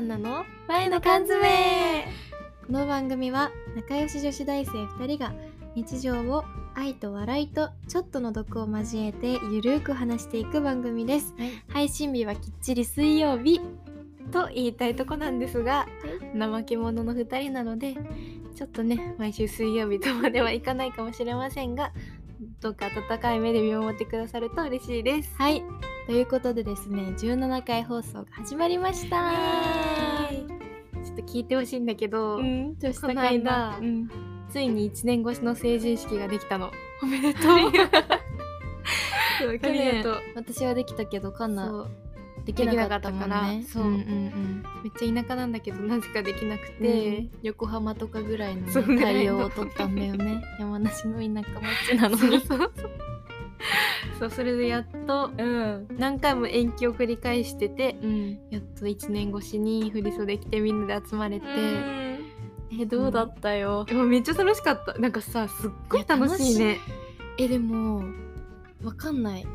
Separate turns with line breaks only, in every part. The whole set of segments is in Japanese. ンナの
前の缶詰
この番組は仲良し女子大生2人が日常を愛と笑いとちょっとの毒を交えてゆるーく話していく番組です、
はい
配信日はきっちり水曜日と言いたいとこなんですが、怠け者の2人なのでちょっとね毎週水曜日とまではいかないかもしれませんがどうか温かい目で見守ってくださると嬉しいです。はいということでですね17回放送が始まりましたちょっと聞いてほしいんだけど、
ん、どうしたか
この
な
間
うん、
ついに1年越しの成人式ができたの。
おめでとう。そう
去
去年
年私はできたけどカンナ
そう
でき
き
な
な
か
か
っ
ったた
も
も
ん
ん
ね
ね
そう、
うんうん
めっちゃ田舎なんだけどなぜかできなくて、
うん
横浜とかぐらいのね、
そうぐらい
対
の
応を取ったんだよ ね山梨の田舎町なの
そう
に
そう
そうそれでやっと
うん、
何回も延期を繰り返してて
うん、
やっと1年越しに振り袖着てみんなで集まれて、えどうだったよ、
でもめっちゃ楽しかった。なんかさ、すっごい楽しいね。
えでもわかんない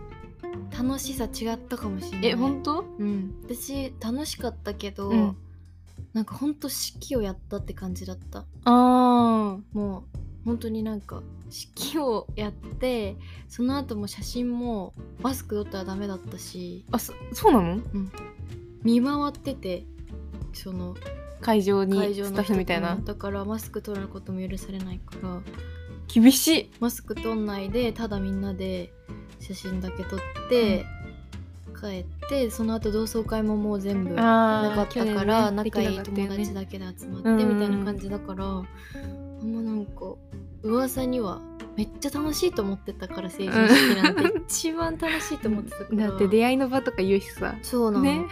楽しさ違ったかもしれない
え、本当？
うん、私楽しかったけど、
うん
なんかほんと式をやったって感じだった
あ
もう本当になんか式をやってその後も写真もマスク取ったらダメだったし
あ、あ、そそうなの？
見回っててその
会場
会
に
場
ス
の
タッフみたいな
人。だからマスク取ることも許されないから
厳しい。
マスク取んないでただみんなで写真だけ撮って、帰ってその後同窓会ももう全部なか
あ
っ
ー去
た
年ね
から、仲
できなか
いい
ったよね
友達だけで集まっ
うんうん
て
うん
みたいな感じだから、あんまなんか噂にはめっちゃ楽しいと思ってたから成人式なんて一番楽しいと思ってたから
だって出会いの場とか言うしさ。
そうなの、
ね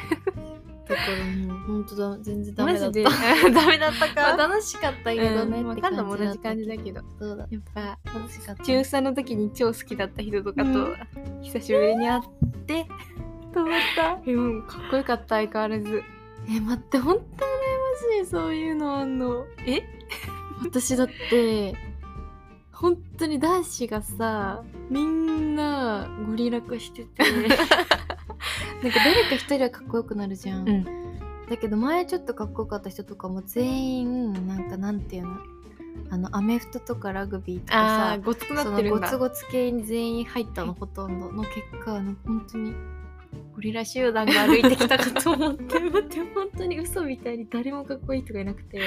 だからもう本当だ全 然ダメだっ
マジで
た、
ダメだった
まあ
か。
楽しかったけどね、
うん、わ
って
かん
感
な
じ
も同じ感じだけど
そうだ
やっぱ
楽しかった
中3の時に超好きだった人とかと、
うん
久しぶりに会って
止まった
えもうかっこよかった相変わらず
え待って本当羨ましいそういうのあんの
え
私だって本当に男子がさみんなゴリラ化して てなんか誰か一人はかっこよくなるじゃん、
うん
だけど前ちょっとかっこよかった人とかも全員なんかなんていうのあのアメフトとかラグビーとか
あーごつく
さ
な
そ
っ
の
てる
ゴ
んだ
ツゴツ系に全員入ったのほとんどの結果あの本当にゴリラ集団が歩いてきたかと思って待って本当に嘘みたいに誰もかっこいい人がいなくて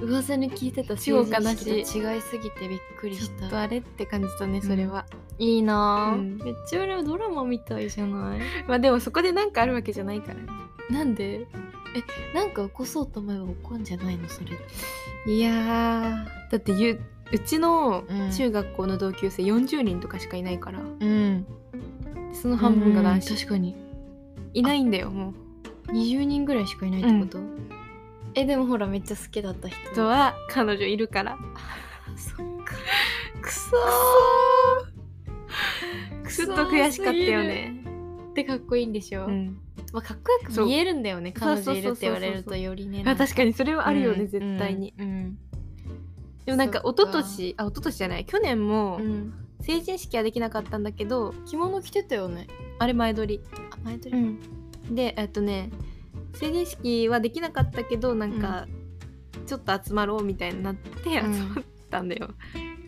噂に聞いてた
超悲しい
成人式と違いすぎてびっくり
ち
し
ょったとあれって感じだねそれは、
いいなぁ、
うん
めっちゃ俺はドラマみたいじゃない
まあでもそこでなんかあるわけじゃないからね
なんでえなんか起こそうと思えば起こんじゃないのそれ
いやーだってゆうちの
うん
中学校の同級生40人とかしかいないから、
うん
その半
半分が
分が
男
男
子
子
確かに
いないんだよもう
20人ぐらいしかいないってこと、えでもほらめっちゃ好きだった人
人は彼女いるから
そっか
くそーく
そ
す
ー
っと悔しかったよね、
ってかっこいいんでしょ、
うん、
まあ、かっこよく見えるんだよね
そう
彼女いるって言われるとよりね
あ確
か
かにそれはあるよ
う
ね、
ん
絶対に、
うん
でもなんか
そっ
一
か
昨年あ一昨年じゃない去年も
うん
成人式はできなかったんだけど
着物着てたよね
あれ前撮り、
あ前撮
でえっとね成人式はできなかったけどなんか、ちょっと集まろうみたいになって集
うん
まったんだよ、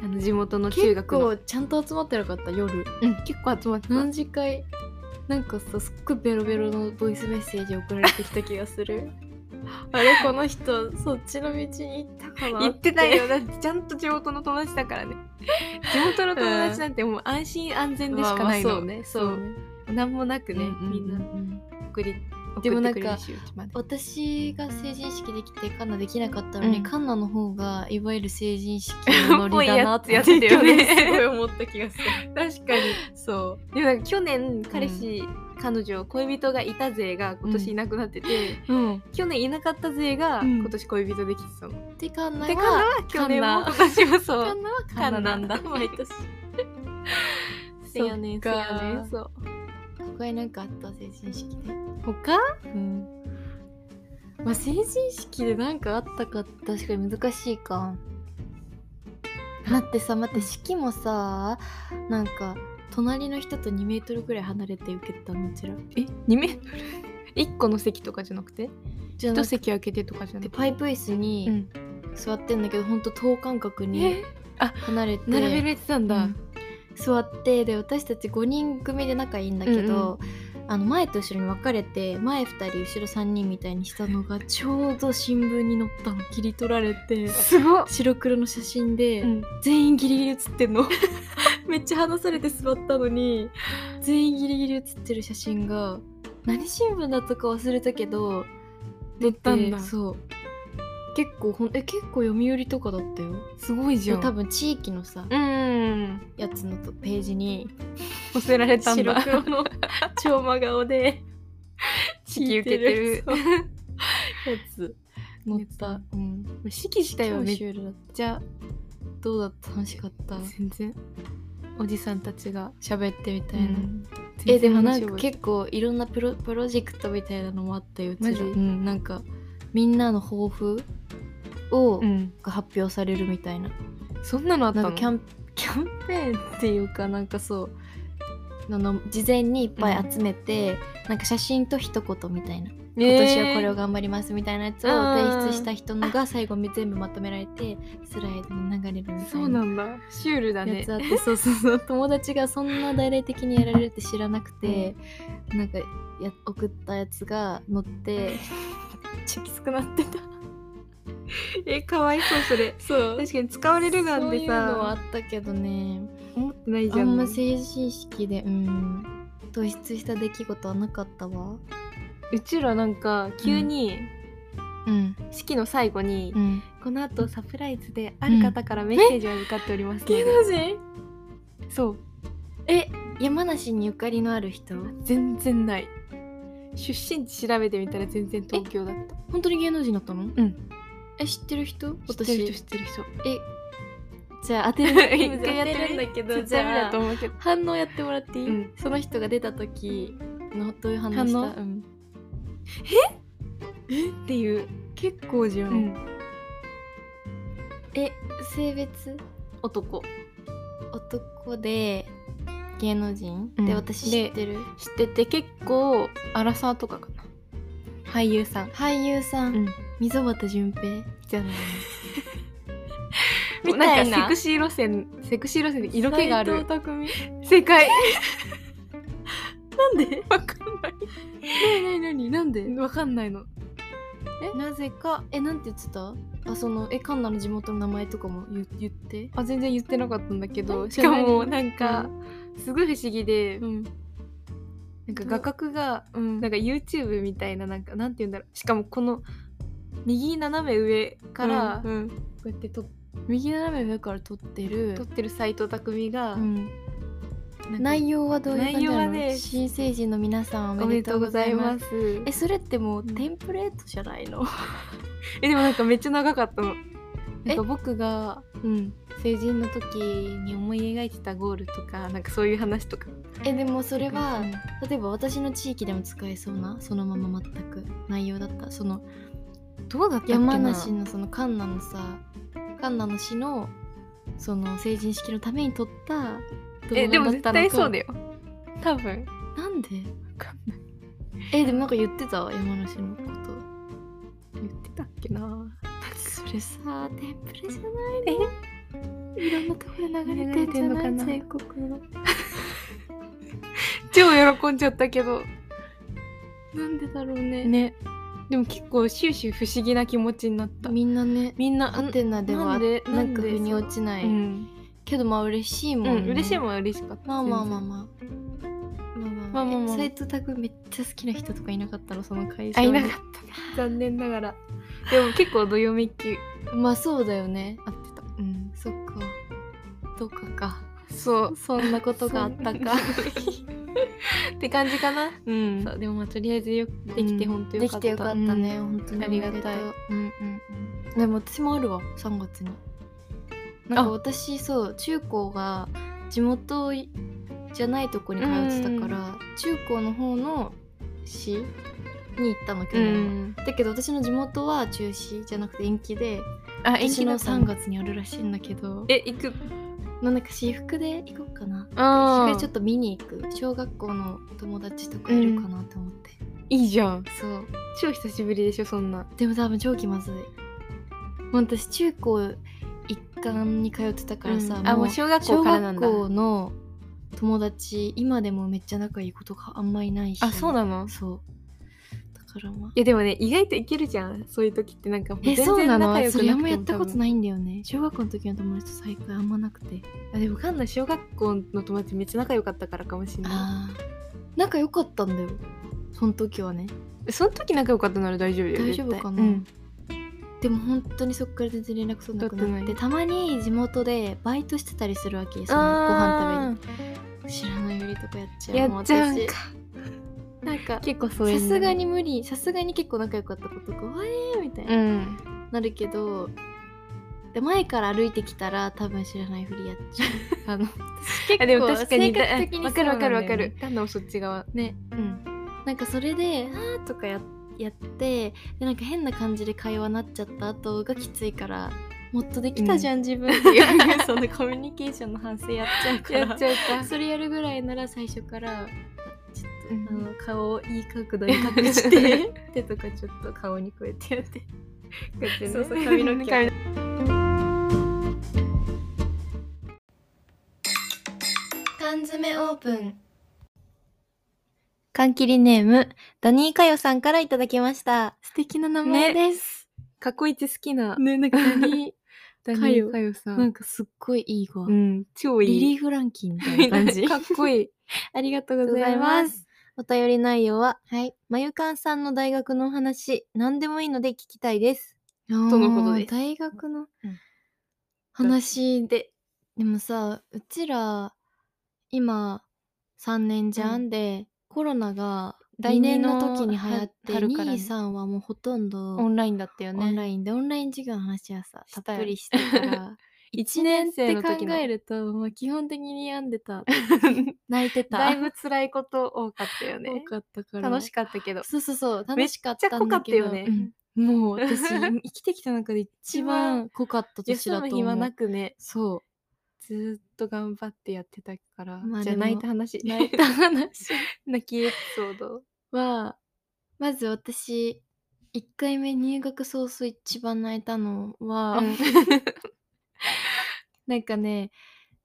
あの地元の中
結
学の
構ちゃんと集まってなかった夜
うん結構集まった
何時会なんかさすっごいベロベロのボイスメッセージ送られてきた気がす るあれこの人そっちの道に行ったかな
行ってないよだってちゃんと地元の友達だからね地元の友達なんてもう安心安全でしかないの、
まあまあそうね
そう
ね
なんもなくね、
み
み
ん
ん
な、
な送り
でもなんか
送ってくれるしうちまで
私が成人式できてカンナできなかったのに、
うん
カンナの方がいわゆる成人式 のノリだなって
ぽいやつやってるよね
すごい思った 気がする
確かに
そう
でもなんか去年彼氏、彼女恋人がいた勢が今年いなくなってて、
うん
去年いなかった勢が
うん
今年恋人できてたの、
でカンナ
でカンナ
は
は去年も
カンナ
今年もそ
カ
う
ンナはカンナなんだ
カンナ
毎年
せやねんせ
そっか
やねんそう
他になんかあった成人式で
他
うんまあ成人式でなんかあったかって確かに難しいかだってさ待って式もさなんか隣の人と2メートルぐらい離れて受けてたのうちら
え二2メートル一個の席とかじゃなくて
じゃな
一
く
席空けてとかじゃな
て
くて、
パイプ椅子
う
に
ん
座ってんだけど、ほんと等間隔に
え
離れて
並べられてたんだ、
うん座ってで私たち5人組で仲いいんだけど、あの前と後ろに分かれて前2人後ろ3人みたいにしたのがちょうど新聞に載ったの切り取られて
すごっ、
白黒の写真で、
うん
全員ギリギリ写ってんの めっちゃ離されて座ったのに全員ギリギリ写ってる写真が何新聞だったか忘れたけど
乗ったんだ
でそう結構ほんえ結構読売とかだったよ
すごいじゃん
多分地域のさ
うん
やつのとページに
載せられたん
白
だ
黒 の超真顔で
指揮受けてる
そうやつ乗った、うん、
式自体は
超
めっ
シュールだっ
ちゃ
たどうだった楽しかった
全然おじさんたちが喋ってみたいな、
うんえで
全然
もな
面白い
んか結構いろんなプロプロジェクトみたいなのもあったようち
マジ
うん、なんかみんなの抱負を、
うん
が発表されるみたいな
そんなのあった
なんか
の
キャンキャンペーンっていうかなんかそうあの事前にいっぱい集めて、なんか写真と一言みたいな、今年はこれを頑張りますみたいなやつを提出した人のが最後に全部まとめられてスライドに流れるみたいな
そうなんだシュールだ
や
ね
つあって、そうそうそう友達がそんな大々的にやられるって知らなくて、なんかや送ったやつが乗 ってめっちゃきつくなってた
えかわいそうそれ
そう
確かに使われるがん
そう
で
いうのはあ
さ
ったけどね
思ってないじ
あ
ゃ
ん
ん
ま成人式でうん突出した出来事はなかったわ
うちらなんか急に
うん
式の最後に、
うん
この後サプライズである方からメッセージを預かっておりますので、
人
そう
え山梨にゆかりのある人
全然ない出身地調べてみたら全然東京だった
本当に芸能人だったの
ん
え知ってる人
知ってる人
私
知ってる人
えじゃあ当て
一
る
回やってるんだけどじゃあだと思うけど
反応やってもらっていい、
うん
その人が出た時のどういう反応した
反応
うん
えっていう結構じゃん、
え性別
男知
男で芸能人、
うん
で私知ってる
ってて結構アラサーとかかな俳優さん
俳優さん、
うん
溝端淳平
じ ゃない
み
な
たい
ん
な
かセクシー路線セクシー路線で色気がある
斎藤工
正解
なんで
わかんない
なになになんで
わかんないの
え
なぜか
えなんて言ってたあそ のえカンナの地元の名前とかも言言って
あ全然言ってなかったんだけど
え
しかも
じゃ
な
あ
んかすごい不思議で
ん
なんか画角が
うん
なんか YouTube みたいななんかなんて言うんだろうしかもこの右斜め上から
う
こ
んうん
うやって撮っ
右斜め上から撮ってる
撮ってる斎藤匠が
うん
なんか
内容はどういう感じなの、
内容はね
新成人の皆さん
お
お
め
め
で
で
と
と
う
う
ご
ご
ざ
ざ
い
い
ま
ます
す
えそれってもうテンプレートじゃないの
えでもなんかめっちゃ長かったのなん
え
か僕が
うん
成人の時に思い描いてたゴールとかなんかそういう話とか
えでもそれは
うん
例えば私の地域でも使えそうなそのまま全く内容だったその
どうだったっけな
山梨のそのカンナのさカンナの市のその成人式のために撮った
えで
動
も
画だったのか
絶対そうだよ多分
なんで
わかんない
えでもなんか言ってたわ山梨のこと
言ってたっけな
それさテンプレじゃない
え
いろんなところで流れてるじゃない全国の
超喜んじゃったけど
なんでだろうね
ねでも結構終始不思議な気持ちになった
みんなね
みんな
ハテナでは
なんで
なん
な
か
んで
腑に落ちな
う
い、
ん、
けどまあ嬉しいもん、
う
ね
ん、嬉しいもん嬉しかった
まあまあまあ
あ
まあ
ま
ま
あ
あ
まあまあ
まあ斎藤拓めっちゃ好きな人とかいなかったのその会社
あいなかった残念ながらでも結構どよめき
たまあそうだよね
合ってた
うんそっかどうかか
そう
そんなことがあったか
って感じかな、
うん
そうでもまあとりあえずよくできて
うん
本当よか
でき
った、
てよかったね、本当に
ありがたい
おめでとううんうんうんでも私もあるわ3月になん
あ
か私そう中高が地元いじゃないとこに通ってたから、中高の方の市に行ったの去
うん、う
年は、
ん、
だけど私の地元は中止じゃなくて延期で
あ
延期
だ
の
った
3
んだ
月にあるらしいんだけど
え行く
なんだか私服で行こうかな私
あ
服でちょっと見に行く小学校の友達とかいるかなと思って、いいじゃん
そう超久しぶりでしょそんな
でも多分超気まずいもう私中高一貫に通ってたからさ、
あもう小学校からなんだ
小学校の友達今でもめっちゃ仲いい子とかあんまいないし
あそうなの
そうだからまあ
いやでもね意外といけるじゃんそういう時ってなんかもう
えそうなのそれもやったこと
い
ないんだよね小学校の時の友達と再会あんまなくて
あでもわかんない小学校の友達めっちゃ仲良かったからかもしれな
あー仲良かったんだよその時はね
いその時仲良かったなら大丈夫よ
大丈夫かな、
絶
でも本当にそっから全然連絡取んなくなっ
取って
てたまに地元でバイトしてたりするわけそ
対う
の
ん
ご
あ
飯食べに知
ー
らないよりとかやっちゃう
やっちゃうんか
もう私なんか
結構そういう
さ
の
すがに無理さすがに結構仲良かったことがわえーみたいな、
うん
なるけどで前から歩いてきたら多分知らないふりやっちゃうあの
あでも確か
性
に
格的に
わかるわかるわ
そうなん
か
だよ
る
ね
旦那もそっち側
ね
うん
なんかそれで「あー」とかややってでなんか変な感じで会話なっちゃった後がきついからもっとできたじゃん、自分っていう そのコミュニケーションの反省やっちゃうから
やっちゃうか
それやるぐらいなら最初からちょっと、
うん
あの顔をいい角度に隠して 手とかちょっと顔にこうやってやって
そうそ
髪
う髪
の
の
毛
毛
缶詰オープン缶切りネームダニーカヨさんからいただきました
素敵な名
ね
前で
です
過去一好きな
ねなん かダニ
ダニ
かよ
ーかよさ
ー
ん
かすっごいいい子、
うん超い
リ
い
リー・フランキーみたいな感じ
かっ こいいありがとうございます
お便り内容は、はい、まゆかんさんの大学のお話、何でもいいので聞きたいです。と
のことです
大学の
うん
話で、でもさ、うちら、今、3年じゃんで、コロナが来
第二
年
の
の時に流行って、
春
2
からね
位、3はもうほとんど
オンラインだったよね
オンラインで、オンライン授業の話はさ、
した
た
よ
っぷりしてから、
一年生の時の
って考えると、もう基本的に病んでた。泣いてた。
だいぶ辛いこと多かったよね
多かったから。
楽しかったけど
そうそうそう
めっ
楽し
ち
か
ゃ
ったんだけど
濃かったよね
うんもう 私生きてきた中で一番濃かった年だ
休
と
む
思う
暇なくね
そ
ずーっと頑張ってやってたから、
まあ
じゃあ
でも
泣いた話
う泣いた話
泣きエピソード
はまず私1回目入学早々一番泣いたのは、
うん
なんかね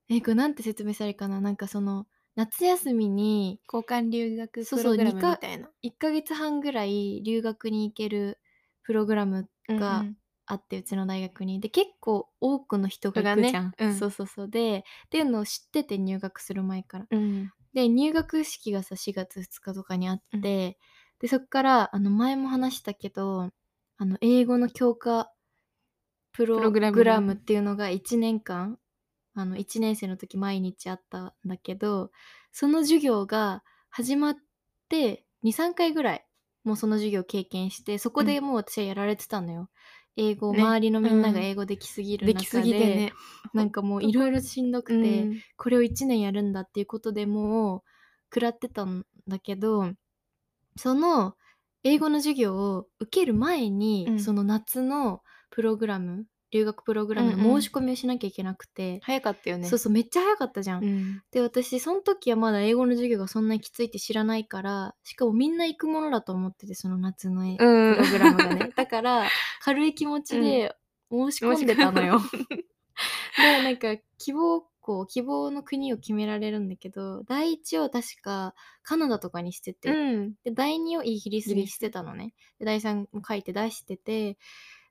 えこれなんて説明したらいいかななんかその夏休みに
交換留学
そう
プ
そう
ログラムみ
二か
たいな
1ヶ月半ぐらい留学に行けるプログラムが
うんうん
あってうちの大学にで結構多くの人が行くじゃん、
人がねうん
そうそうそうでっていうのを知ってて入学する前から
うん
で入学式がさ4月2日とかにあって、でそっからあの前も話したけどあの英語の強化プロ
ログラム
グラムっていうのが1年間あの1年生の時毎日あったんだけどその授業が始まって23回ぐらいもうその授業を経験してそこでもう私はやられてたのよ。英語、
ね
周りのみんなが
うん
英語できすぎる
で
中で,、
きすぎてね
なんかもういろいろしんどくて、
うん
これを1年やるんだっていうことでもう食らってたんだけどその英語の授業を受ける前に、
うん
その夏のプログラム留学プログラム
うんう
の
ん
申し込みをしなきゃいけなくて、
早かったよね
そうそうめっちゃ早かったじゃん。
うん
で私その時はまだ英語の授業がそんなにきついって知らないからしかもみんな行くものだと思っててその夏のえ
うん
プログラムがね だから軽い気持ちで申し込んでたのよ。 でなんか希望校希望の国を決められるんだけど第一を確かカナダとかにしてて、
うん
で第二をイギリス
イギリ
に
ス
してたのねで第三も書いて出してて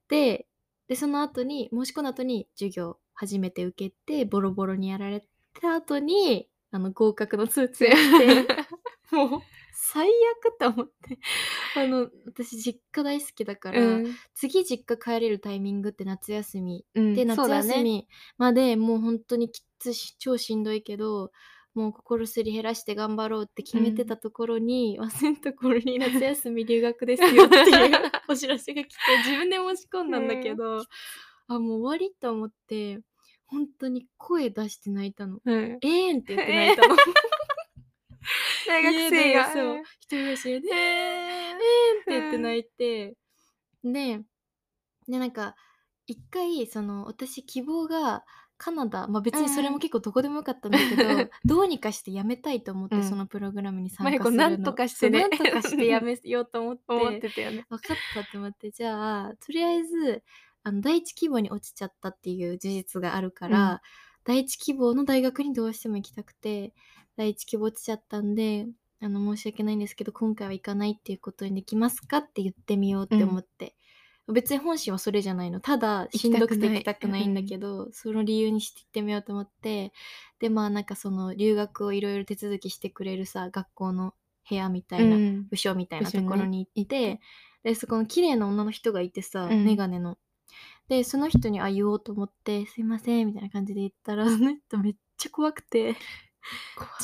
ででその後に申し込んだ後に授業初めて受けてボロボロにやられた後にあの合格の通知が来てもう最悪と思ってあの私実家大好きだから、
うん
次実家帰れるタイミングって夏休み
うん
で
そ
夏
うだ
休
ね
みまでもう本当にきついし超しんどいけどもう心すり減らして頑張ろうって決めてたところに、忘れた頃 に夏休み留学ですよっていうお知らせが来て自分で申し込んだんだけど、 あもう終わりと思って本当に声出して泣いた の。
うん
えーんって言って泣いたの。
大学生が
家でそう
うん
一人暮らしで「えーえーん」って言って泣いて、ででなんか一回その私希望がカナダ、まあ、別にそれも結構どこでもよかったんだけど、
うん
どうにかしてやめたいと思って、
うん
そのプログラムに参加
マ
す
イ
る
コ
の
なんとかしてね
そうなんとかしてやめようと思って
思ってたよね。
分かったって思ってじゃあとりあえずあの第一希望に落ちちゃったっていう事実があるから、
うん
第一希望の大学にどうしても行きたくて第一希望落ちちゃったんであの申し訳ないんですけど今回は行かないっていうことにできますかって言ってみようって思って、別に本心はそれじゃないのただし
行き
ん
た
ど
く
く
な
て
い
行きたくないんだけど、その理由にして行ってみようと思ってでまあなんかその留学をいろいろ手続きしてくれるさ学校の部屋みたいな
うん
部署みたいな
部署
と
ね
ころに行って、でそこの綺麗な女の人がいてさ、
うん
メガネの。でその人にあ言おうと思って「すいません」みたいな感じで言ったらそ の人めっちゃ怖くて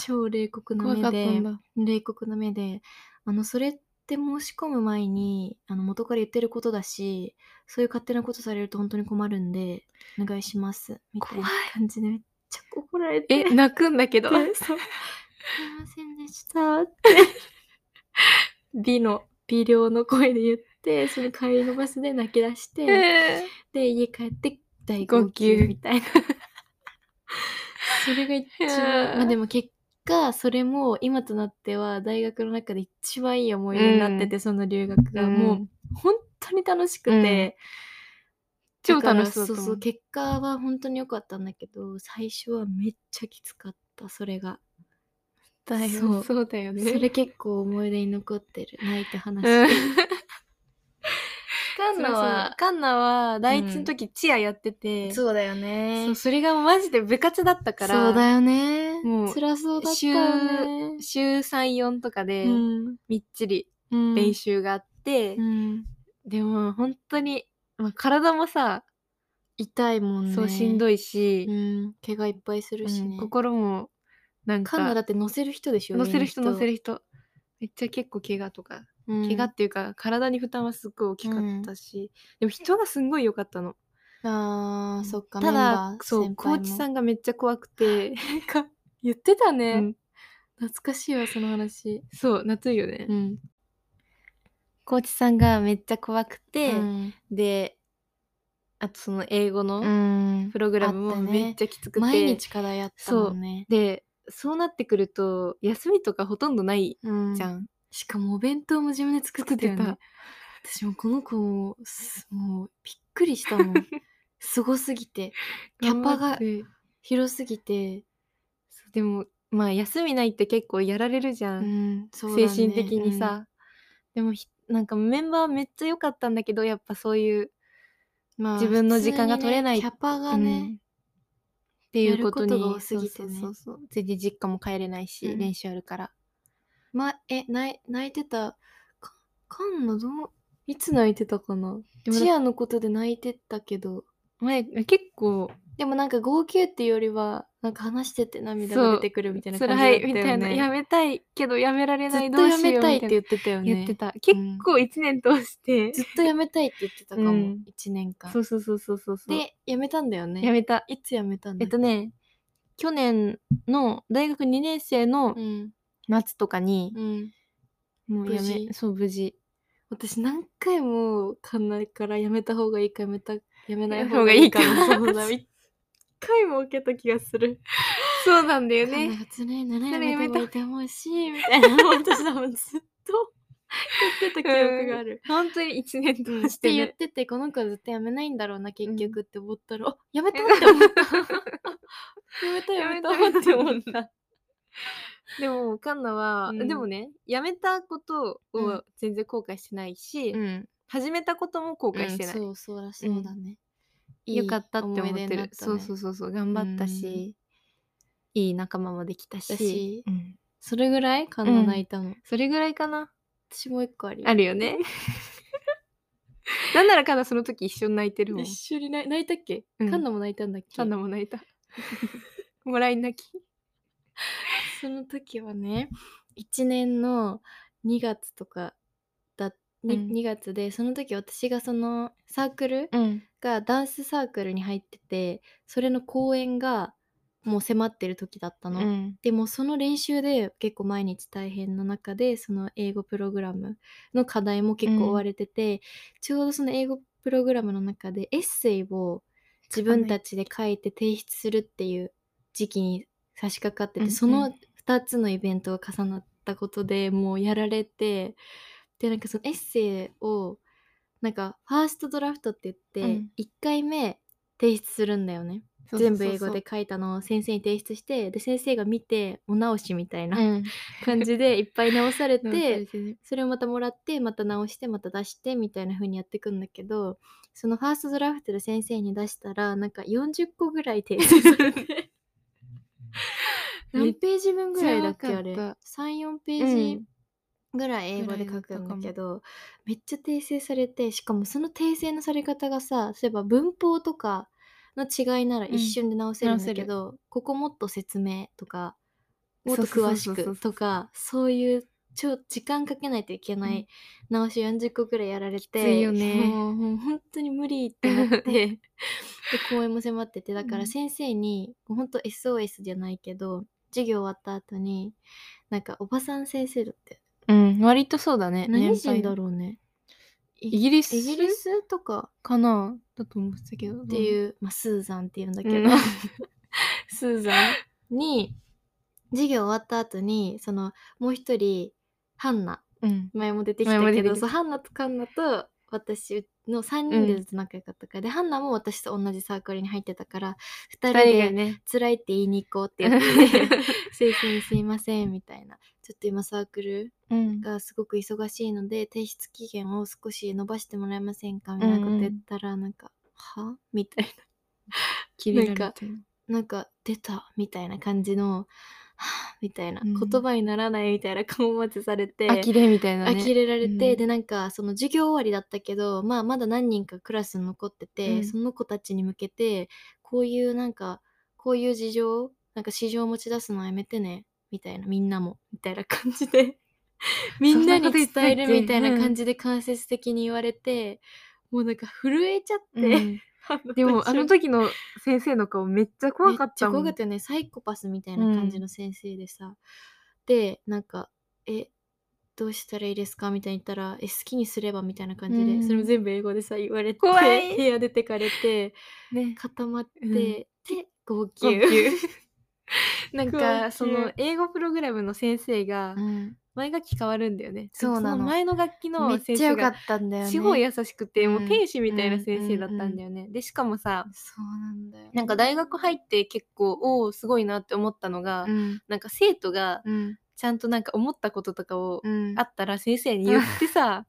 超冷酷な
怖か
目
った
で
んだ。
冷酷な目であのそれって申し込む前にあの元から言ってることだしそういう勝手なことされると本当に困るんでお願いしますみたいな
怖い
感じでめっちゃ怒られて
え、泣くんだけど。
でそうすいませんでしたって 美の微量の声で言ってその帰りのバスで泣き出して、
え
で家帰って大号
号
泣
泣
みたいなそれが一
へ
番
ー
まあでも結果それも今となっては大学の中で一番いい思い出になってて、その留学が、
うん
もう本当に楽しくて、
超
だから
楽しそうだ
そ
と
う
思う
そう結果は本当に良かったんだけど最初はめっちゃきつかったそれが
だよ
そう
そうだよね。
それ結構思い出に残ってる泣いた話、
うん
カ
カンナは、カンナは第一の時チアやってて、
そうだよね
そうそれがマジで部活だったから、
そうだよね
もう
辛そうだったよね
週3、4とかで
うん
みっちり
うん
練習があって、
うん
でも本当に、まあ、体もさ、
痛いもんね
そうしんどいし、
うん怪我いっぱいするし
うん
ね、
心もなんか
カンナだって乗せる人でしょ
乗せる人乗せ
る、
る人めっちゃ結構怪我とか、
うん
怪我っていうか体に負担はすっごい大きかったし、でも人がすんごい良かったの
あーそっか
ただそうコーチさ
ん
んがめっちゃ怖く て、
言ってたね、
うん
懐かしいわその話
そう夏いよね、
ん
コーチさんがめっちゃ怖くて、
うん
であとその英語の
うん
プログラム
あ
も
ったね
めっちゃきつくて、
毎日課題あったもんね
でそうなってくると休みとかほとんどない
うん
じゃん、
しかもお弁当も自分で作ってたよ
作っ
ね
て
私もこの子もすもうびっくりした もんすごすぎてキャパ
頑張っ
が
て
広すぎて、
そうでもまあ休みないって結構やられるじゃん、
んそうだね
精神的にさ、、でもひなんかメンバーめっちゃ良かったんだけどやっぱそういう、
うんまあ
自分の時間が取れない
普通にねキャパが
うんっ
ね、
ていうことに
やることが多すぎてね
そうそうそうそれで実家も帰れないし、
うん
練習あるから
まえ泣い泣いてたかカンナどう
いつ泣いてたかなでも
チアのことで泣いてたけど
前結構
でもなんか号泣っていうよりはなんか話してて涙が出てくるみたいな感じだったよ
辛い
ね
みたいなやめたいけどやめられ
ず
な
っ
い
と
どう
や
しよう
め
み
た
た
い
い
って
な
言ってたよね
言ってた結構1年通して、
ずっとやめたいって言ってたかも、
うん
1年間
そうそうそうそうそうそう
でやめたんだよね
やめた
いつやめたんだ
えっとね去年の大学2年生の
うん
夏とかに、
うん
もうや
無
め
事
そう無事
私何回もカンナからやめた方がいいかやめたやめない
やめた方
方
が
が
い
い
い
い
か
かの相談
私
一回も受けた気がする
そうなんだよ
カンナ
ね
が辛いならや
それ
め
やめ
た
た
方がいいと思うしみたいな私多分ずっと言ってた記憶がある、
本当に1年
うん
通
っ
してて
言っ
ね
ててこの子は絶対やめないんだろうな結局って思ったら、あやめたって思った
で
やめたやめた
やめた
って思った
もカンナは、
うん
でもねやめたこと
う
を
ん
全然後悔してないし、
ん
始めたことも後悔してない、
そうそうらそうだね、いい
よかったって思って
思
る、
い出になった
そう
ね
そうそうそう頑張ったし、いい仲間もできたし
だし
うん
それぐらいカンナ泣いたの、
それぐらいかな
私もう一個あり
あるよね なんならカンナその時一緒に泣いてるもん
一緒に泣い泣いたっけ、
うん
カンナも泣いたんだっけ
カンナも泣いた もらい泣き
その時はね1年の2月とかだ、に
うん
2月でその時私がそのサークル、
うん
がダンスサークルに入っててそれの公演がもう迫ってる時だった
う
の、
ん
でもその練習で結構毎日大変な中でその英語プログラムの課題も結構追われてて、ちょうどその英語プログラムの中でエッセイを自分たちで書いて提出するっていう時期に差し掛かってて、
うんうん
その2つのイベントが重なったことでもうやられてでなんかそのエッセイをなんかファーストドラフトって言っ
う
て
ん
1回目提出するんだよね、
そうそうそう
全部英語で書いたのを先生に提出してで先生が見てお直しみたいな
うん
感じでいっぱい直されて、
で、
それをまたもらってまた直してまた出してみたいな風にやっていくんだけどそのファーストドラフトで先生に出したらなんか40個ぐらい提出されて何ページ分ぐらいだっけあ
め
れ
っちゃ多かっ
34ペ
ペ
ージぐらい英語で書くんだけど、めっちゃ訂正されてしかもその訂正のされ方がさそういえば文法とかの違いなら
うん
一瞬で直せるんだけ
直せ
ど、ここもっと説明とかもっと
そうそ
詳
うそ
し
うそうそう
くとかそういう超時間かけないといけな
うん
い直し40個ぐらいやられて
きついよね
もうもう本当に無理ってなってで公演も迫っててだか
う
ら
ん
先生に本当 SOS じゃないけど授業終わった後になんかおばさん先生だって
うん、割とそうだね。
何
年
人
配
だろうね
イギリス
イギリスとか
かなだと思ってたけど。っ
って
う。
いう、まあ、スーザンっていうんだけど、
うんスーザ ン。
に授業終わった後にそのもう一人ハンナ
うん。
前も出てき
前も
た
出
け
てき
ど
た
そうハンナとカンナと私の3人でずっと仲良かったから、でハンナも私と同じサークルに入ってたから2人
誰が
で
ね。
辛いって言いに行こうって言って 先生に「すいません」みたいな「ちょっと今サークル
うん。
がすごく忙しいので提出期限を少し伸ばしてもらえませんか」みたいなこと言ったらなんか「は?」みたいな
切
なんか
てる
なんか出たみたいな感じの「はぁ」みたいな、
うん
言葉にならないみたいな顔までされて
呆れみたいなね。
呆れられて、
うん
でなんかその授業終わりだったけど、まあ、まだ何人かクラスに残ってて、
うん
その子たちに向けてこういうなんかこういう事情なんか市場を持ち出すのはやめてねみたいなみんなもみたいな感じで みんなに伝えるみたいな感じで間接的に言われて、もうなんか震えちゃって、
うんでも、あの
時
時の先生の顔めっちゃ怖かったも
めっちゃ
ん。
怖かったよねサイコパスみたいな感じの先生でさ、でなんか「えどうしたらいいですか?」みたいに言ったら「え好きにすれば」みたいな感じで、
うん
それも全部英語でさ言われて
怖 い
部屋出てかれて
ね。
固まって、
うん
で号泣
号泣
なん
なん
か
か、
そ
そ
の
の、英語プログラムの先生が、前楽器変わるんだよね。
そうなの
その前の楽器の
めっ
先
ちゃ
生
良か
が
ったんだよね
すごい優しくて、もううん天使みたいな先生だったんだよね。でしかもさ
そうなんだよ
なんか大学入って結構おおすごいなって思ったのが、
うん
なんか生徒が
うん
ちゃんとなんか思ったこととかを
うん
あったら先生に言ってさ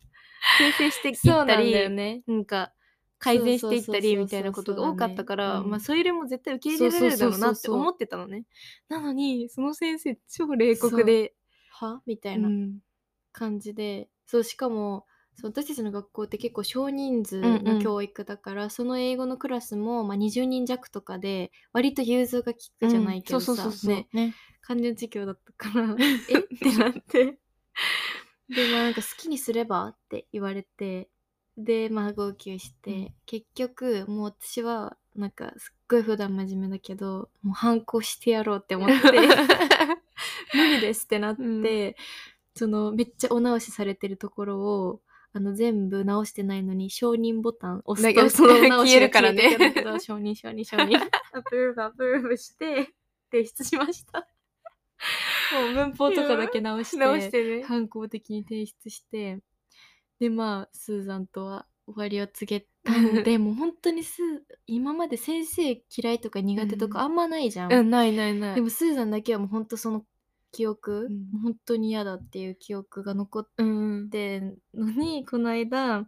訂正してき
そうな
た
んだ
り
よね
なんか改善していったりみたいなことが多かったから、
そうそうそうそうそうだね
まあそれよりも絶対受け入れられるだろうなって思ってたのね。なのにその先生超冷酷で
はみた
み
いな、感じでそうしかもそう私たちの学校って結構少人数
うんうん
の教育だから、その英語のクラスも、まあ、20人弱とかで割と融通が利くじゃないけどさ、
そうそうそうそう
ね、
ね
完全授業だった からえってなってでまあなんか好きにすればって言われてでまあ号泣して、
うん
結局もう私はなんかすっごい普段真面目だけどもう反抗してやろうって思って無理ですってなって、
うん
そのめっちゃお直しされてるところをあの全部直してないのに承認ボタン押す
だけ
と
ど
その 直し
消
が
える
消
から
えてい
ね
くんだけど承認承認承 認アプローブアプローブして提出しま したもう文法とかだけ直して
直してね。
反抗的に提出してでまあスーザンとは終わりを告げたの でもう本当にスー今まで先生嫌いとか苦手と
うん
かあんまないじゃん、
うんないないない。
でもスーザンだけはもう本当その記憶、
うん
もう本当に嫌だっていう記憶が残っ
うん
てんの にこの間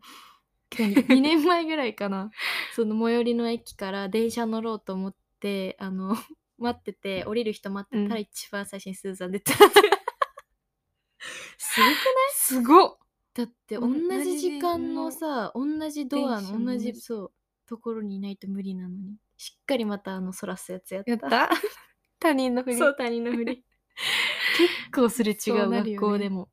2年前ぐらいかなその最寄りの駅から電車乗ろうと思ってあの 待ってて降りる人待ってた
う
ら
ん
一番最初にスーザン出ちゃってすごく
すごっ
だって
う
同
ん同
じ
じ
時間のさ同じドア
電車
の
の
同
同
じ
じ
そうところにいないと無理なのにしっかりまたあのそらすやつやった
やった他人のふり。
そう他人のふり結構すれ違
そう
う
なる
学
よね
校でも、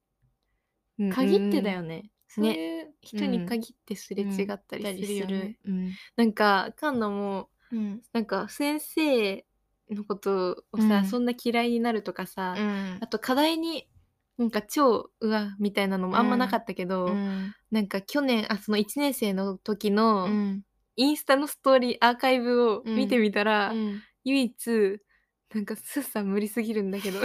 うん
限ってだ。よね、
うんそう
ね
いう人に限ってすれ違ったりするよね。
うん
なんか、カンナも、
うん
なんか先生のことをさ、
うん
そんな嫌いになるとかさ、
うん
あと課題に、なんか超うわみたいなのもあんまなかったけど、
うん
なんか去年あその1年生の時
う
の
ん
インスタのストーリーアーカイブを見てみたら、
うん
唯一なんかスーさん無理すぎるん だけど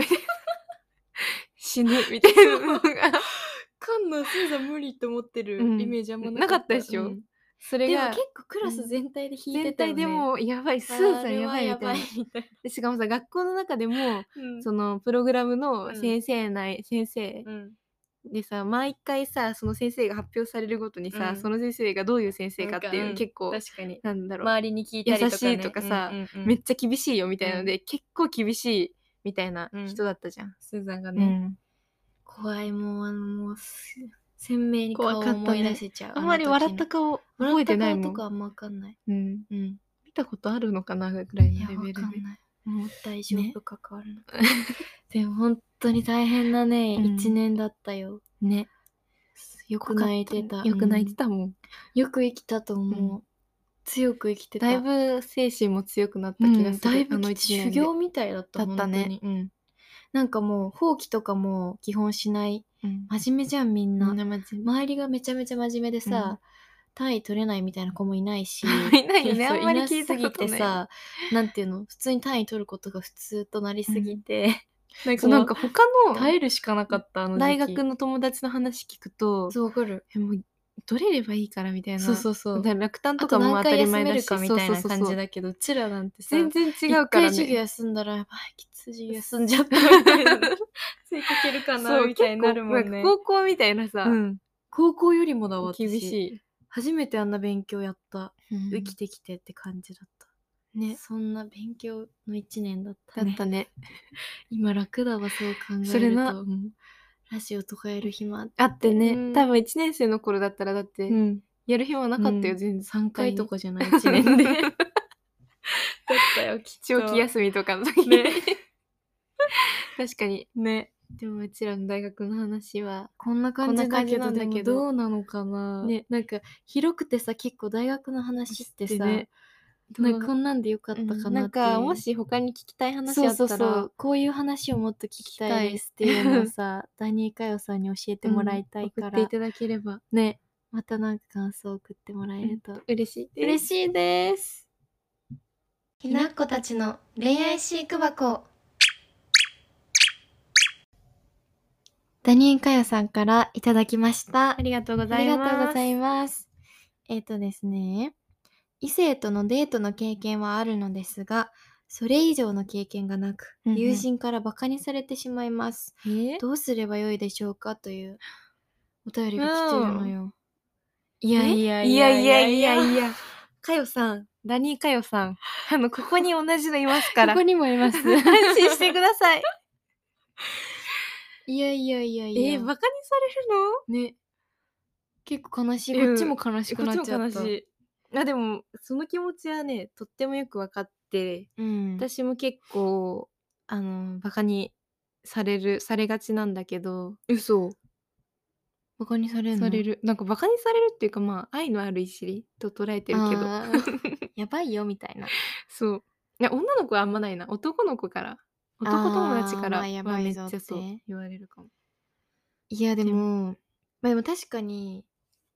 死ぬみたいなのが
カンナスーザ無理って思ってる
うん
イメージあんま
な
なか
かっ
ったた
でしょ
うん
それ
でも
が
結構クラス全体で弾いて
全
たよね
体でもやばいスーさんやばいみたいな
みたい
でしかもさ学校の中でも
な
そのプログラムの
うん
先生内、先生
うん
でさ毎回さその先生が発表されるごとにさ、
うん
その先生がどういう先生かっていう、
なんかうん
結構
確かに
なんだろう、
周りに聞いたりとか、ね、
優しいとかさ
うんうんうん
めっちゃ厳しいよみたいなので、結構厳しいみたいな人だったじゃん。
スーザンが
う
ね、
ん
怖いもうあのもうす鮮明に顔を
怖かったね
思い出せちゃう、
あんまり笑った顔覚えてないも
と
ん。
かあんま分かんない、
うん、
うん、
見たことあるのかなぐらい
いや
のレ
分
ベルで
かんないもう大丈
ね
夫か変わるのか、 でも本当に大変なね
うん
一年だったよ
ね
よく泣いてた
よく泣いて
た、
たもん、
うんよく生きたと思う、
う
強く生きてた
だいぶ精神も強くなった気がする、
だいぶ
あの
き
一年
修
で
行みたいだった
だったね
本当にうん、なんかもう放棄とかも基本しない
うん
真面目じゃんみんな、
みんな真面
周りがめちゃめちゃ真面目でさ、単位取れないみたいな子もいない し
いないよね
そう
あんまり聞いたことな
なす
い
ぎてさなんていうの 普通に単位取ることが普通となりすぎて、
目そう
もう
なんか他
耐えるしかなかったあの
の
時期
大学の友達の話聞く と
そうわかる
えもう取れればいいからみたいな
そうそうそう
だから落胆
あ
と
と
かも
何
当た
回
り
休
前
め
だ
る
し
かみたいな感じ
そうそうそう
だけどうちらなんてさ
全然違うから
一回授業
ね
休んだらやばいきつい授業休んじゃったみたい なついてけるかな
そう
みたいになるもん
結
ね
構なんか高校みたいなさ、
うん高校よりもだわ
厳し
い
い、
初めてあんな勉強やった、
うん
生きてきてって感じだった
ね
そんな勉強の一年だった
だ
ね。
ったね
今楽だわ、そう考えると。
それな
うんラジオとかやる暇。
あってね、
うん
多分1年生の頃だったらだって
ん。
やる暇はなかったよ、
うん
全然
3回と
とか
かじゃない、一 年で。だったよ、きっと。
長期休みとかの時
ね
確かに
ね。
でもうちらの大学の話は
こんな感
こ
じ
んな
だ
感
け
じな
ど、
んだ
で
けど
もどうなのかな。
ね
なんか、広くてさ、結構大学の話ってさ、
ね
なんかこんなんでよかったかなっていう。
なんかもし他に聞きたい話
そ
あ
う
っ
そ
た
う
ら
そうこういう話をもっと聞きたいですっていうのをさ 第二回をさんに教えてもらいたいから、
送っていただければ
ねまたなんか感想を送ってもらえると
嬉しいです
嬉しいです
ひなっこたちの恋愛飼育箱
ダニエンカヨさんからいただきました
ありがとうご
あ
ざ
り
い
が
ます
とうございます。えっ、とですね、異性とのデートの経験はあるのですが、それ以上の経験がなく、
うんうん
友人からバカにされてしまいます。
えー
どうすればよいでしょうかというお便りが来てるのよ。い
いや
や
い
い
や
や
い
い
や
や
い
い
や
や
い
い
や
や
いやかよさんダニーかよさん あのここに同じのいますから
ここにもいます。
安心してください
いやいやいや
え
いや。
ー、バカにさ
ね。結構悲しい。
うん
こっちも悲し
れ
く
るの
なっちゃった。
いあでもその気持ちはねとってもよく分かって
うん。
私も結構あのバカにされるされがちなんだけど嘘
バカにされるの
されるなんかバカにされるっていうかまあ愛のあるいじりと捉えてるけど
あ ーやばいよみたいな。
そういや女の子はあんまないな男の子から男友達か
あーま
ら
あやば
はいめっち
ぞ
ゃ
って
そう言われるかも
いやで
で
もまあでも確かに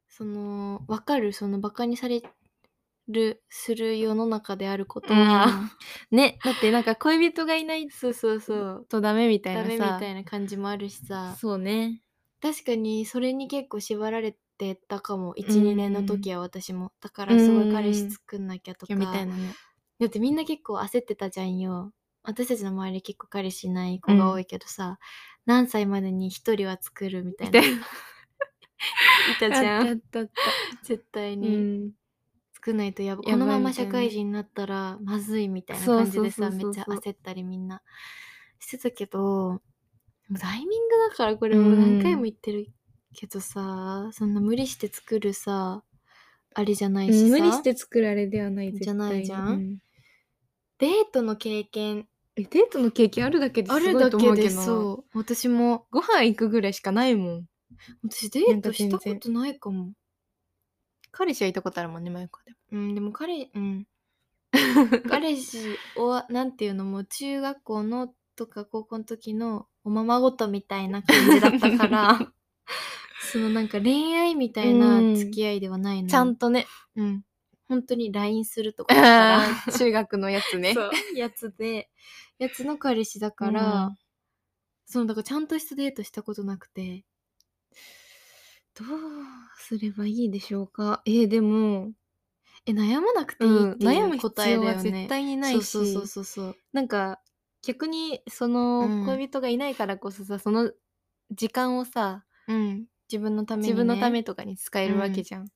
そのわかるそのバカにされるする世の中であることは、
ねだってなんか恋人がいない
そうそうそう
とダメみたいな
ダ
さ
メみたいな感じもあるしさ
そうね
確かにそれに結構縛られてたかも
うん
12年の時は私もだからすごい彼氏作んなきゃとか
みたいなね
だってみんな結構焦ってたじゃんよ私たちの周り結構彼氏いない子が多いけどさ、何歳までに一人は作るみたいないたじゃ
あっ
ん
たあったあっ
絶対
た
に。
うん
作んないとやば
やばい
このまま
みた
社
いな
会人になったらまずいみたいな
そう
感じで
そう
さ
そう
め
そ
っ
う
ち
そ
ゃ
う
焦ったりみんなしてたけどでもタイミングだからこれもう何回も言ってるけどさ、そんな無理して作るさあれじゃないしさ、
無理して作られではない絶対
じゃないじゃん
う
デートの経験
えデートの経験あるだけです
あ
ご
る
い
だ
と思
け
うけ
で
どな
そう私も
ご飯行くぐらいしかないもん
私デー
なんか
トし
全
た
然
ことないかも
彼氏はいたことあるもんね前から
うんでも彼うん
でも
彼氏をなんていうのもう中学校のとか高校の時のおままごとみたいな感じだったから そのなんか恋愛みたいな
うん
付き合いではないの、
ちゃんとね
うん本当に LINE するとかだから
あー中学のやつ ね。
そう やつでやつの彼氏だから、
うん
そのだからちゃんとしたデートしたことなくてどうすればいいでしょうかえーでもえ悩まなくていいってい
悩
う
む
答
答
えだ
え
よね、
は絶対にないし。
そうそうそうそう
なんか
逆にそうの
ん
恋人がいないからこそさその時間をさ
うん、
自分のために、ね、
自分のためとかに使えるわけじゃん。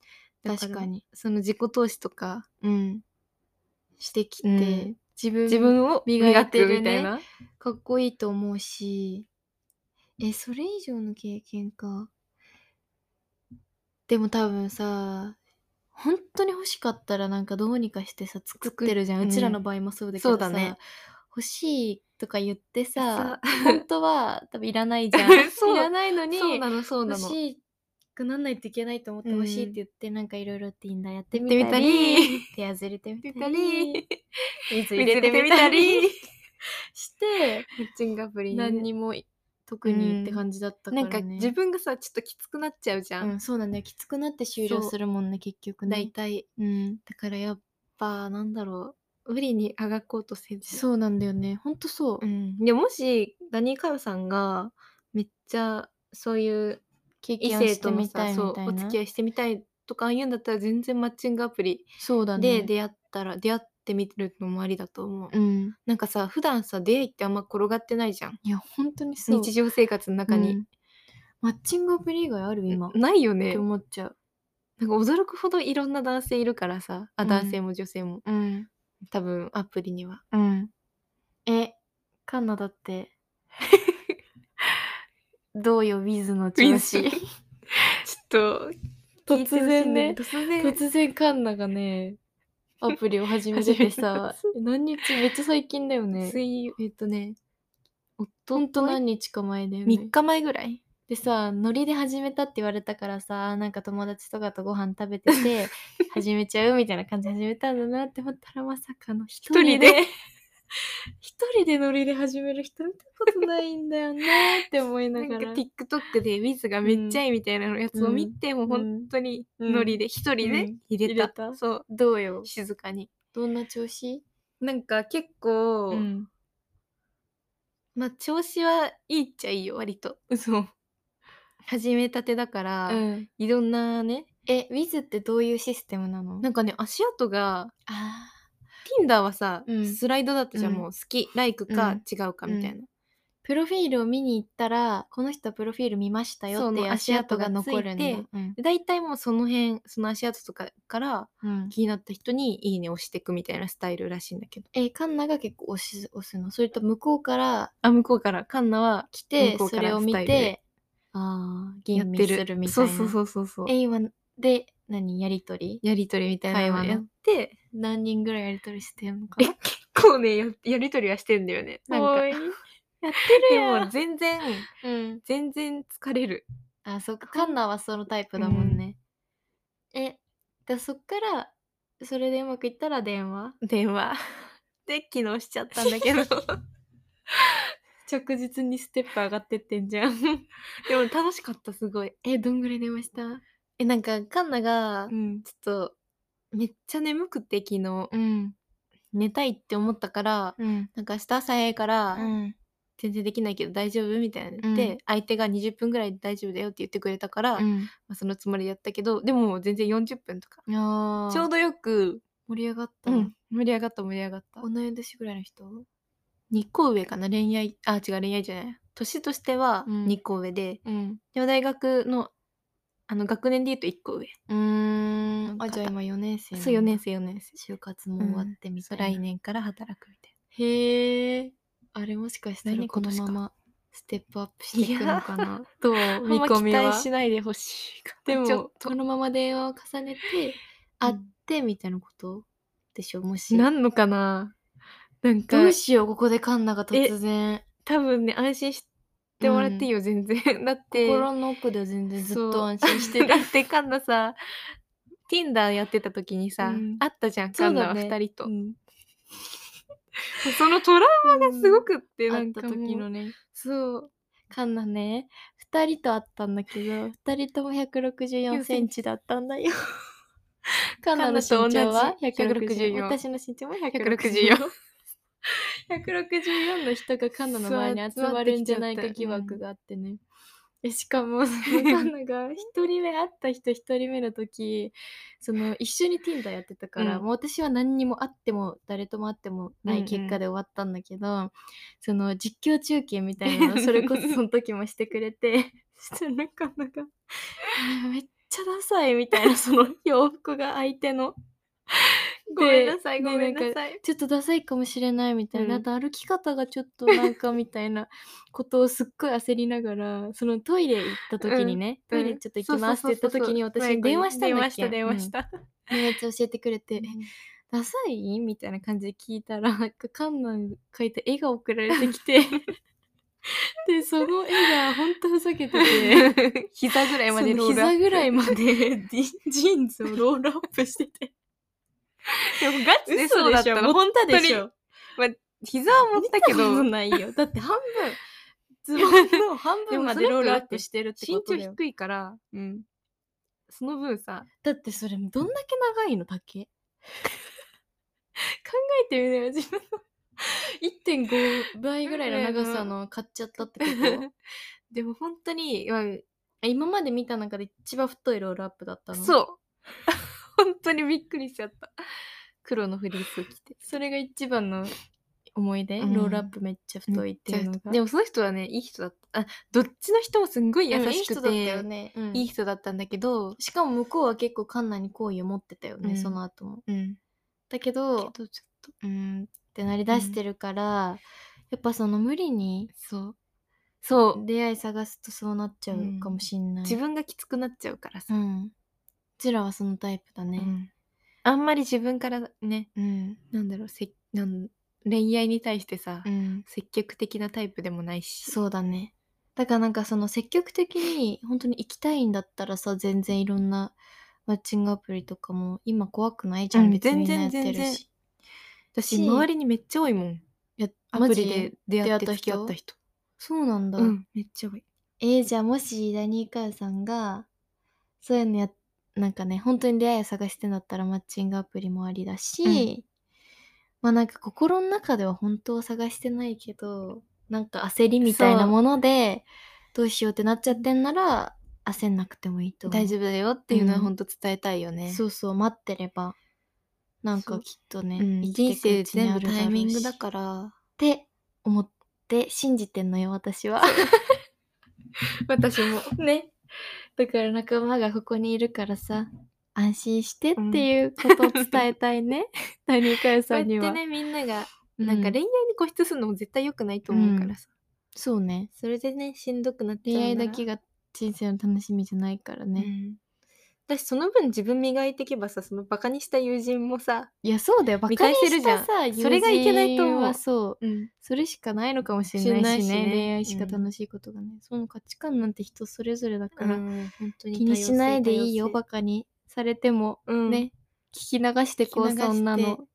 だら
確かに
その自己投資とか
うんしてきて、
うん
自分
自分を磨
磨
く
く
み
み
た
た
い
い
な
な。かっこいいと思うしえそれ以上の経験かでも多分さ本当に欲しかったらなんかどうにかしてさ作ってるじゃん、
う
うんちらの場合もそうだけどさ
そうだね
欲しいとか言ってさ
さ
本当は多分いらないじゃ
そうん
いらないのに
のそう
欲しくなんないといけないと思って
うん
欲しいって言って、なんかいろいろティンダーやってみ
やって
たり
みたり
手汗入れてみ
や
た
ってみ
り水
入
入
れ
れ
て
て
み
み
た
た
り
りして
マッチングアプリね
何にも特にって感じだったから、
な
ね
んか自分がさちょっときつくなっちゃうじゃん、
うん、そうだねきつくなって終了
そう
するもんね結局
大
ね
体
うんだからやっぱなんだろ
無理にあがこうとせ
う
ず
そうなんだよねほんとそう
う、ん、でもしダニー・カヨさんがめっちゃそういう
経
異
験を
性
して
との
みた
さ
いみ
そう
たい
お
な
付き合いしてみたいとかああいうんだったら全然マッチングアプリ
そうだね
で出会ったら、出会ってみるのもありだと思う、
うん
なんかさ普段さ出会いってあんま転がってないじゃん
いや本当にそう
日常生活の中
う
に、
んマッチングアプリ以外ある今、っ
ないよね
て思っちゃう
なんか驚くほどいろんな男性いるからさあ
うん
男性も女性も、
うん
多分アプリには
うんえカンナだって どうよウィズの調
ウ
子
ィちょっと
突然ね
突然
突然カンナがねアプリを 始めててさ何日めっちゃ最近だよね
水えっとね
ほんと何日か前だよね
3日前ぐらい
でさノリで始めたって言われたからさなんか友達とかとご飯食べて て始めちゃうみたいな感じで始めたんだなって思ったらまさかの一
人で
一人でノリで始める人見たことないんだよねって思い
な
なん
か
がら
TikTok でウィズがめっちゃいいみたいなのやつを見て、もう本当にノリで一人で入れた,、
うん入れた
そう
どうよ
静かに
どんな調子
なんか結構、
ん
まあ調子はいいっちゃいいよ割と
嘘
始めたてだから、
うん
いろんなね
えウィズってどういうシステムなの
なんかね足跡が
あ
Tinder はさ、
うん
スライドだったじゃん、
うん
もう好きライクか、
うん
違うかみたいな、
プロフィールを見に行ったらこの人はプロフィール見ました
そ
よ
う
ってい
も
う
う足
足
跡
跡
が
が残るんだ
ついて
うん
で大体もうその辺その足跡とかから
うん
気になった人に「いいね」押していくみたいなスタイルらしいんだけど
えカンナが結構押し押すのそれと向こうから
あ向こうからカンナは
来て
向こう
そ
から
れを見
スタイルで
てああ
や
吟
って
味
る
するみたい
そう
な
そうそうそうそう
え今で何やりとり
やり取りみたいなの
会話の
やって
何人ぐらいやりとりしてんのか
え結構ねややり取りはしてんだよね なんか
おい やっ
で
やん
も全然
てるうん
全然疲れる
あそっかカンナはそのタイプだもんね、えだそっからそれでうまくいったら電話
電話 で昨日しちゃったん だけど
着実にステップ上がってってんじゃん
でも楽しかったすごい
えどんぐらい出ました
えなんかカンナが
ん
ちょっとめっちゃ眠くて昨日
うん
寝たいって思ったから
うん
なんか明日朝早いから
うん
全然できないけど大丈夫みたいなの言って、
うん
相手が20分ぐらいで大丈夫だよって言ってくれたから、ま
ん
あ、そのつもりでやったけどでももう全然40分とか
あ
ちょう
ど
どよく、
盛り上がった、
うん、盛り上がった盛り上がった
同い年ぐらいの人
2個上かな恋愛あ違う恋愛じゃない年としては
うん
2個上で、
うん
でも大学のあの学年で言うと1個上、
うーん
なんか
あじゃあ今4年生なんだ
そう4年生4年生
就活も終わってみ
そ
た
う
い
来
な、
年から働くみたい
へえあれもしかしたら
何
この
今年
ま
か
まステップアップしていくのか な
など
う
う
見込みは
期待しないでほしいか
で
ちょ
も
っと
このまま電話を重ねて会ってみたいなことでしょもし
なんのかななんか
どうしようここでカンナが突然
多分ね安心してもらっていいよ、全然 だって
心の奥では全然ずっ
そう
と安心 して
だ
る
ってカンナさ Tinder やってた時にさ、
うん
あったじゃん
そ
カ
う
ンナ
だ
は
ね
2人と、
うん
そのトラウマがすごくって、な
会っ
ん
た
かもう
時のね
そう
カンナね2人と会ったんだけど2人とも1 6 4センチだったんだよカンナの身長は
164
164。
私
私
の身長も
164
164
164の人がカンナの前に集まるんじゃないか疑惑があってね。えしかもそのカンナ が一人目会った人一人目の時その一緒に Tinder やってたから、
うん
もう私は何にも会っても誰とも会ってもない結果で終わったんだけど、その実況中継みたいなのそれこそその時もしてくれてそのカンナが「めっちゃダサい」み たいなその洋服が相手の。
ごめんなさい
で
ごめんな
でか
さい
ちょっとダサいかもしれないみたいな、
う
あ
ん
と歩き方がちょっとなんかみたいなことをすっごい焦りながらそのトイレ行った時にね、
う
ト
ん
イレちょっと行きますって言った時に
そうそうそうそう
私電話したんだっけ
電話した電話した、
うん友達教えてくれて「えダサい?」みたいな感じで聞いたらなん かカンナが描いた絵が送られてきてでその絵がほんとふざけてて。
膝ぐらいまで
その
ロールアップ
膝ぐらいま でディジーンズをロールアップしてて
でもガチでそうだったの
本当
で
で
し
し
ょ
ょ
膝は持ったけ
見たこと
ど
ないよだって半分ズボンの半
で
分
も
ま
そ
でロー
の人
ルアッ
だって
プしてるって
身
こと
長
だよ
低いから、うん、その分さ
だってそれどんだけ長いの竹 考えてみなよ自分の1.5倍ぐらいの長さの買っちゃったってこと でも本当にまあ今まで見た中で一番太いロールアップだったの
そう 本当にびっくりしちゃった
黒のフリースを着てそれが一番の思い出、
うん
ロールアップめっちゃ太いっていうのが
でもその人はねいい人だったあどっちの人もすんごい優
うん
し
いい人だ
くて、
ったよね、うん
いい人だったんだけど、
しかも向こうは結構カンナに好意を持ってたよね、
うん
その後も
うん、
だけど
けどちょっと
うーんってなりだしてるから、やっぱその無理に
そうそう
出会い探すとそうなっちゃうかもしんない、うん、
自分がきつくなっちゃうから
う
さ、
んうちらはそのタイプだ
う
ね
んあんまり自分からね
うん
なんだろうせなん恋愛に対してさ、
うん
積極的なタイプでもないし
そうだねだからなんかその積極的に本当に行きたいんだったらさ全然いろんなマッチングアプリとかも今怖くないじゃん、
うん
別にみんなや
全
っ
然
てるし
全然私
し
周りにめっちゃ多いもん
いや
ア
マ
プ
ジ
リで出会って付き合った人
そうなんだ、
うんめっちゃ多い
えー、じゃあもしダニーカヤさんがそういうのやなんかね本当に出会いを探してんだったらマッチングアプリもありだし、
うん
まあなんか心の中では本当を探してないけどなんか焦りみたいなものでどうしようってなっちゃってんなら焦んなくてもいいと思う
大丈夫だよっていうのは
うん
本当伝えたいよね、
そうそう待ってればなん
そ
か
う
きっとね、
うん
生きていくうちにあるだろうし
人生全部タイミングだから
って思って信じてんのよ私は。
私も
ね。だから仲間がここにいるからさ、安心してっていうことを伝えたい ね。谷川
そ
さ
うや
ん
っ
に
て
は。
ねみんなが
うん
なんか恋愛に固執するのも絶対良くないと思うからさ、
そうね。
それでねしんどくなっち
恋
ゃうなら
愛だけが人生の楽しみじゃないからね。
うんだしその分自分磨いていけばさそのバカにした友人もさ、
いや、そうだよ。バ
見
カに
返せる
し
じゃん
たさ、
それがいけないと思う
友人はそう。それしかないのかもしれないしね。
しないしね
恋愛しか
うん
楽しいことがね。その価値観なんて人それぞれだ
だ
か、
からら、本当に
気にしないでいいよ、
バ
バカにされても。
カ、うん、
ね。聞き流してこう、
聞き流して
そんなの。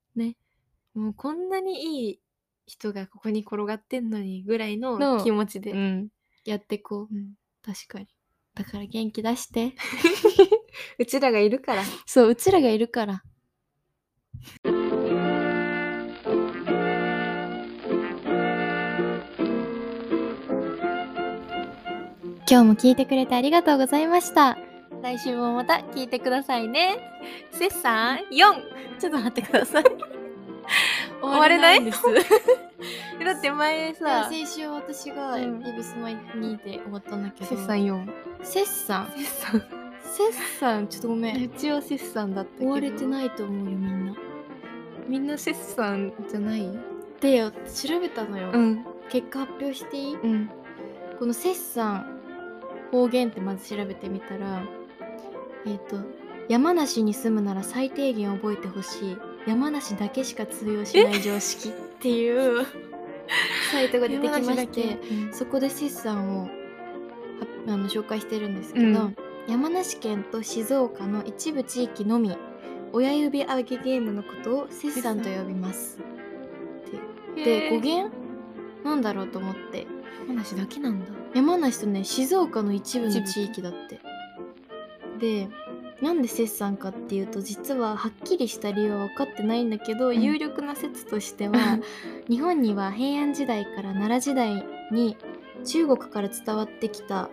もうこんなにいい人がここに転がってんのにぐらいの
の
気持ちで、
ん。やってこう。
うん
確かに。だから元気出して。
うちらがいるから
そう、うちらがいるから。今日も聞いてくれてありがとうございました。来週もまた聞いてくださいね。
セッサン4
ちょっと待ってくだ さい。終
われない
んです。
だって前さ
先週私が
うん
恵比寿前にで終わったんだけど。
セッサン4
セッサン。
セッサン
セッサン、ちょっとごめ。
うんちはセッサンだったけ
終
ど
われてないと思うよ、みんな。
みんなセッサンじゃない
で、よ調べたのよ。
ん
結果発表していい
うん
このセッサン方言ってまず調べてみたらえっ、と山梨に住むなら最低限覚えてほしい山梨だけしか通用しない常識っていうサイトが出てきましてそこでセッサンをはあの紹介してるんですけど、
うん
山梨県と静岡の一部地域のみ親指上げゲームのことをセッサンと呼びます。で語源なんだろうと思って
話だけなんだ
山梨とね静岡の一部の地域だってでなんで切さんかっていうと実ははっきりした理由は分かってないんだけど、
ん
有力な説として は日本には平安時代から奈良時代に中国から伝わってきた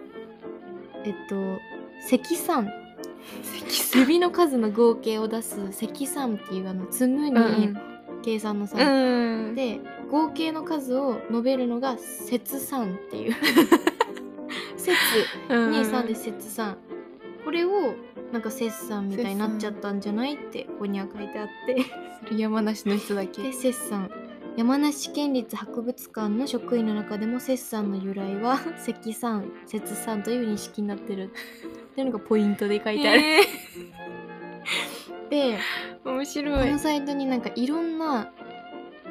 えっと積算指の数の合計を出す積算っていうあの積むに計算の算、
うん
で合計の数を述べるのが節算って いう節23で節算これをなんか節算みたいになっちゃったんじゃないってここには書いてあって
それ山梨の人だけ
で節算山梨県立博物館の職員の中でも節算の由来は積算節算という認識になってるっていうのがポイントで書いてある。
え
で
ー面
こ
白い
のサイトになんかいろんな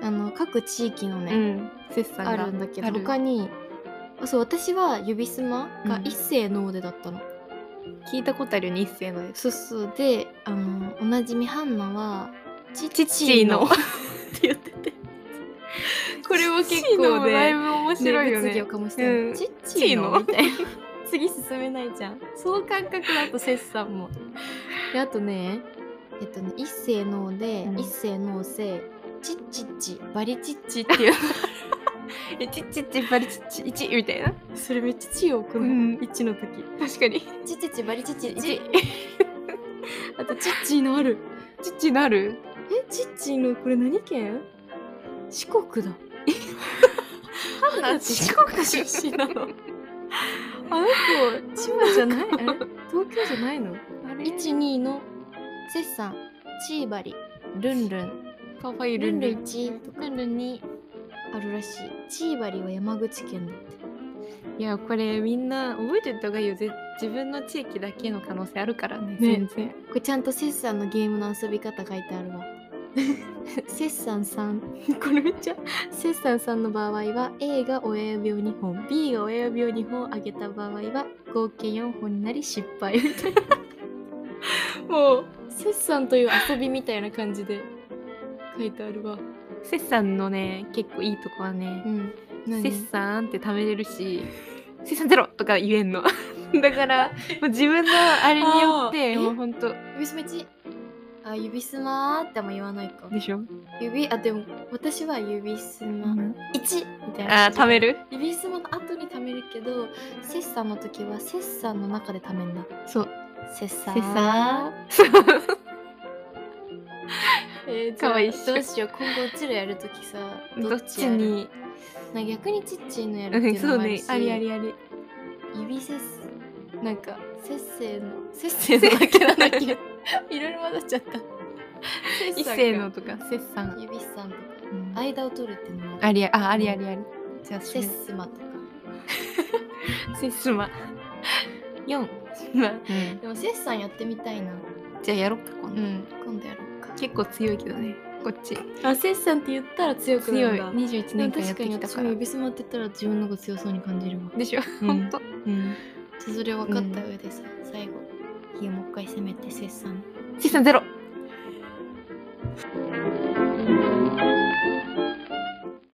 あの各地域のね、
ん切磋
あるんだけど
ある
他にあそう私は指すま
う
が
ん
一世のでだったの、
聞いたことあるよね一世の
そうそうであのおなじみハンナはチチ
父の
って言って て
これも結
父の
構
も
ね
だい白
面白
い
い
よ
よ
ね
ね
かもし
れない
チッチ
チー
ー
ノ
ノみたいな次進めないじゃんその感覚だとセスさんもであとねえっとね一世ので、
うん
一世のせチッチッチバリチッチっていう
えちっちっちバリちっちいちみたいな
それめっちゃチー多く
ない
1の時
確かに
チッチッチバリチッチ
ち
1あとチッチーのある
ちっちなる
えチッチーのこれ何県四国だ
ハン
だって四国出身なのあの子千葉じゃないあれ東京じゃないの一二のセッサンチーバリルンルン
かわいい
ル
ルン
ン
ル
ル
ン
ン1とかルンルン2あるらしいチーバリは山口県だって
いやこれみんな覚えておいた方がいいよぜ自分の地域だけの可能性あるからね全
ね
然
これちゃんとセッサンのゲームの遊び方書いてあるわ セッサンさん これめっちゃセッサンさんの場合は A が親指を2本 B が親指を2本上げた場合は合計4本になり失敗 みたいな
もう
セッサンという遊びみたいな感じで書いてあるわ。
セッサンのね結構いいとこはね
うん。
セッサンって貯めれるしセッサンゼロとか言えんの だからもう自分のあれによって
あー
もうほんと
指すまち。あ、指すまーっても言わないか。
でしょ
指、あ、でも私は指すま。一、みたいな。
あー貯め
る。
る
指すまの後に貯めるけど、セッサンの時はセッサンの中で貯めんだ。
そう
セッサン。
セッサ
えー、
かわいいっしょ
じゃあどうしよう。今後うちらやるときさ、
どっち
やる
に
な逆にちっちーのやる
う
ってい
ん
うの
そう
もある
ね
し。
ありありあり
指せっなんかせっせのせっせのだけなんだっ けいろいろ混ざっちゃった
一世のとかセッサン
指さんとか
うん
間を取るっていうのも
ありあありありありじゃあ
せ
セ
っ
ッ
すまとか
セスマ
4
うん
でもせっさんやってみたいな
じゃあやろっか今
う
度
ん今度やろうか
結構強いけどねこっち
あせっさんって言ったら強くな
強い
るんだ
21
でも
年間や
確
っ
か
て
に
きた
私
か
も
ら
指すまって言ったら自分の方が強そうに感じるわ
でしょ
うん
ほんと
それ分かった上でさ最後いやもう一回攻めてせっさん
セッサンゼロ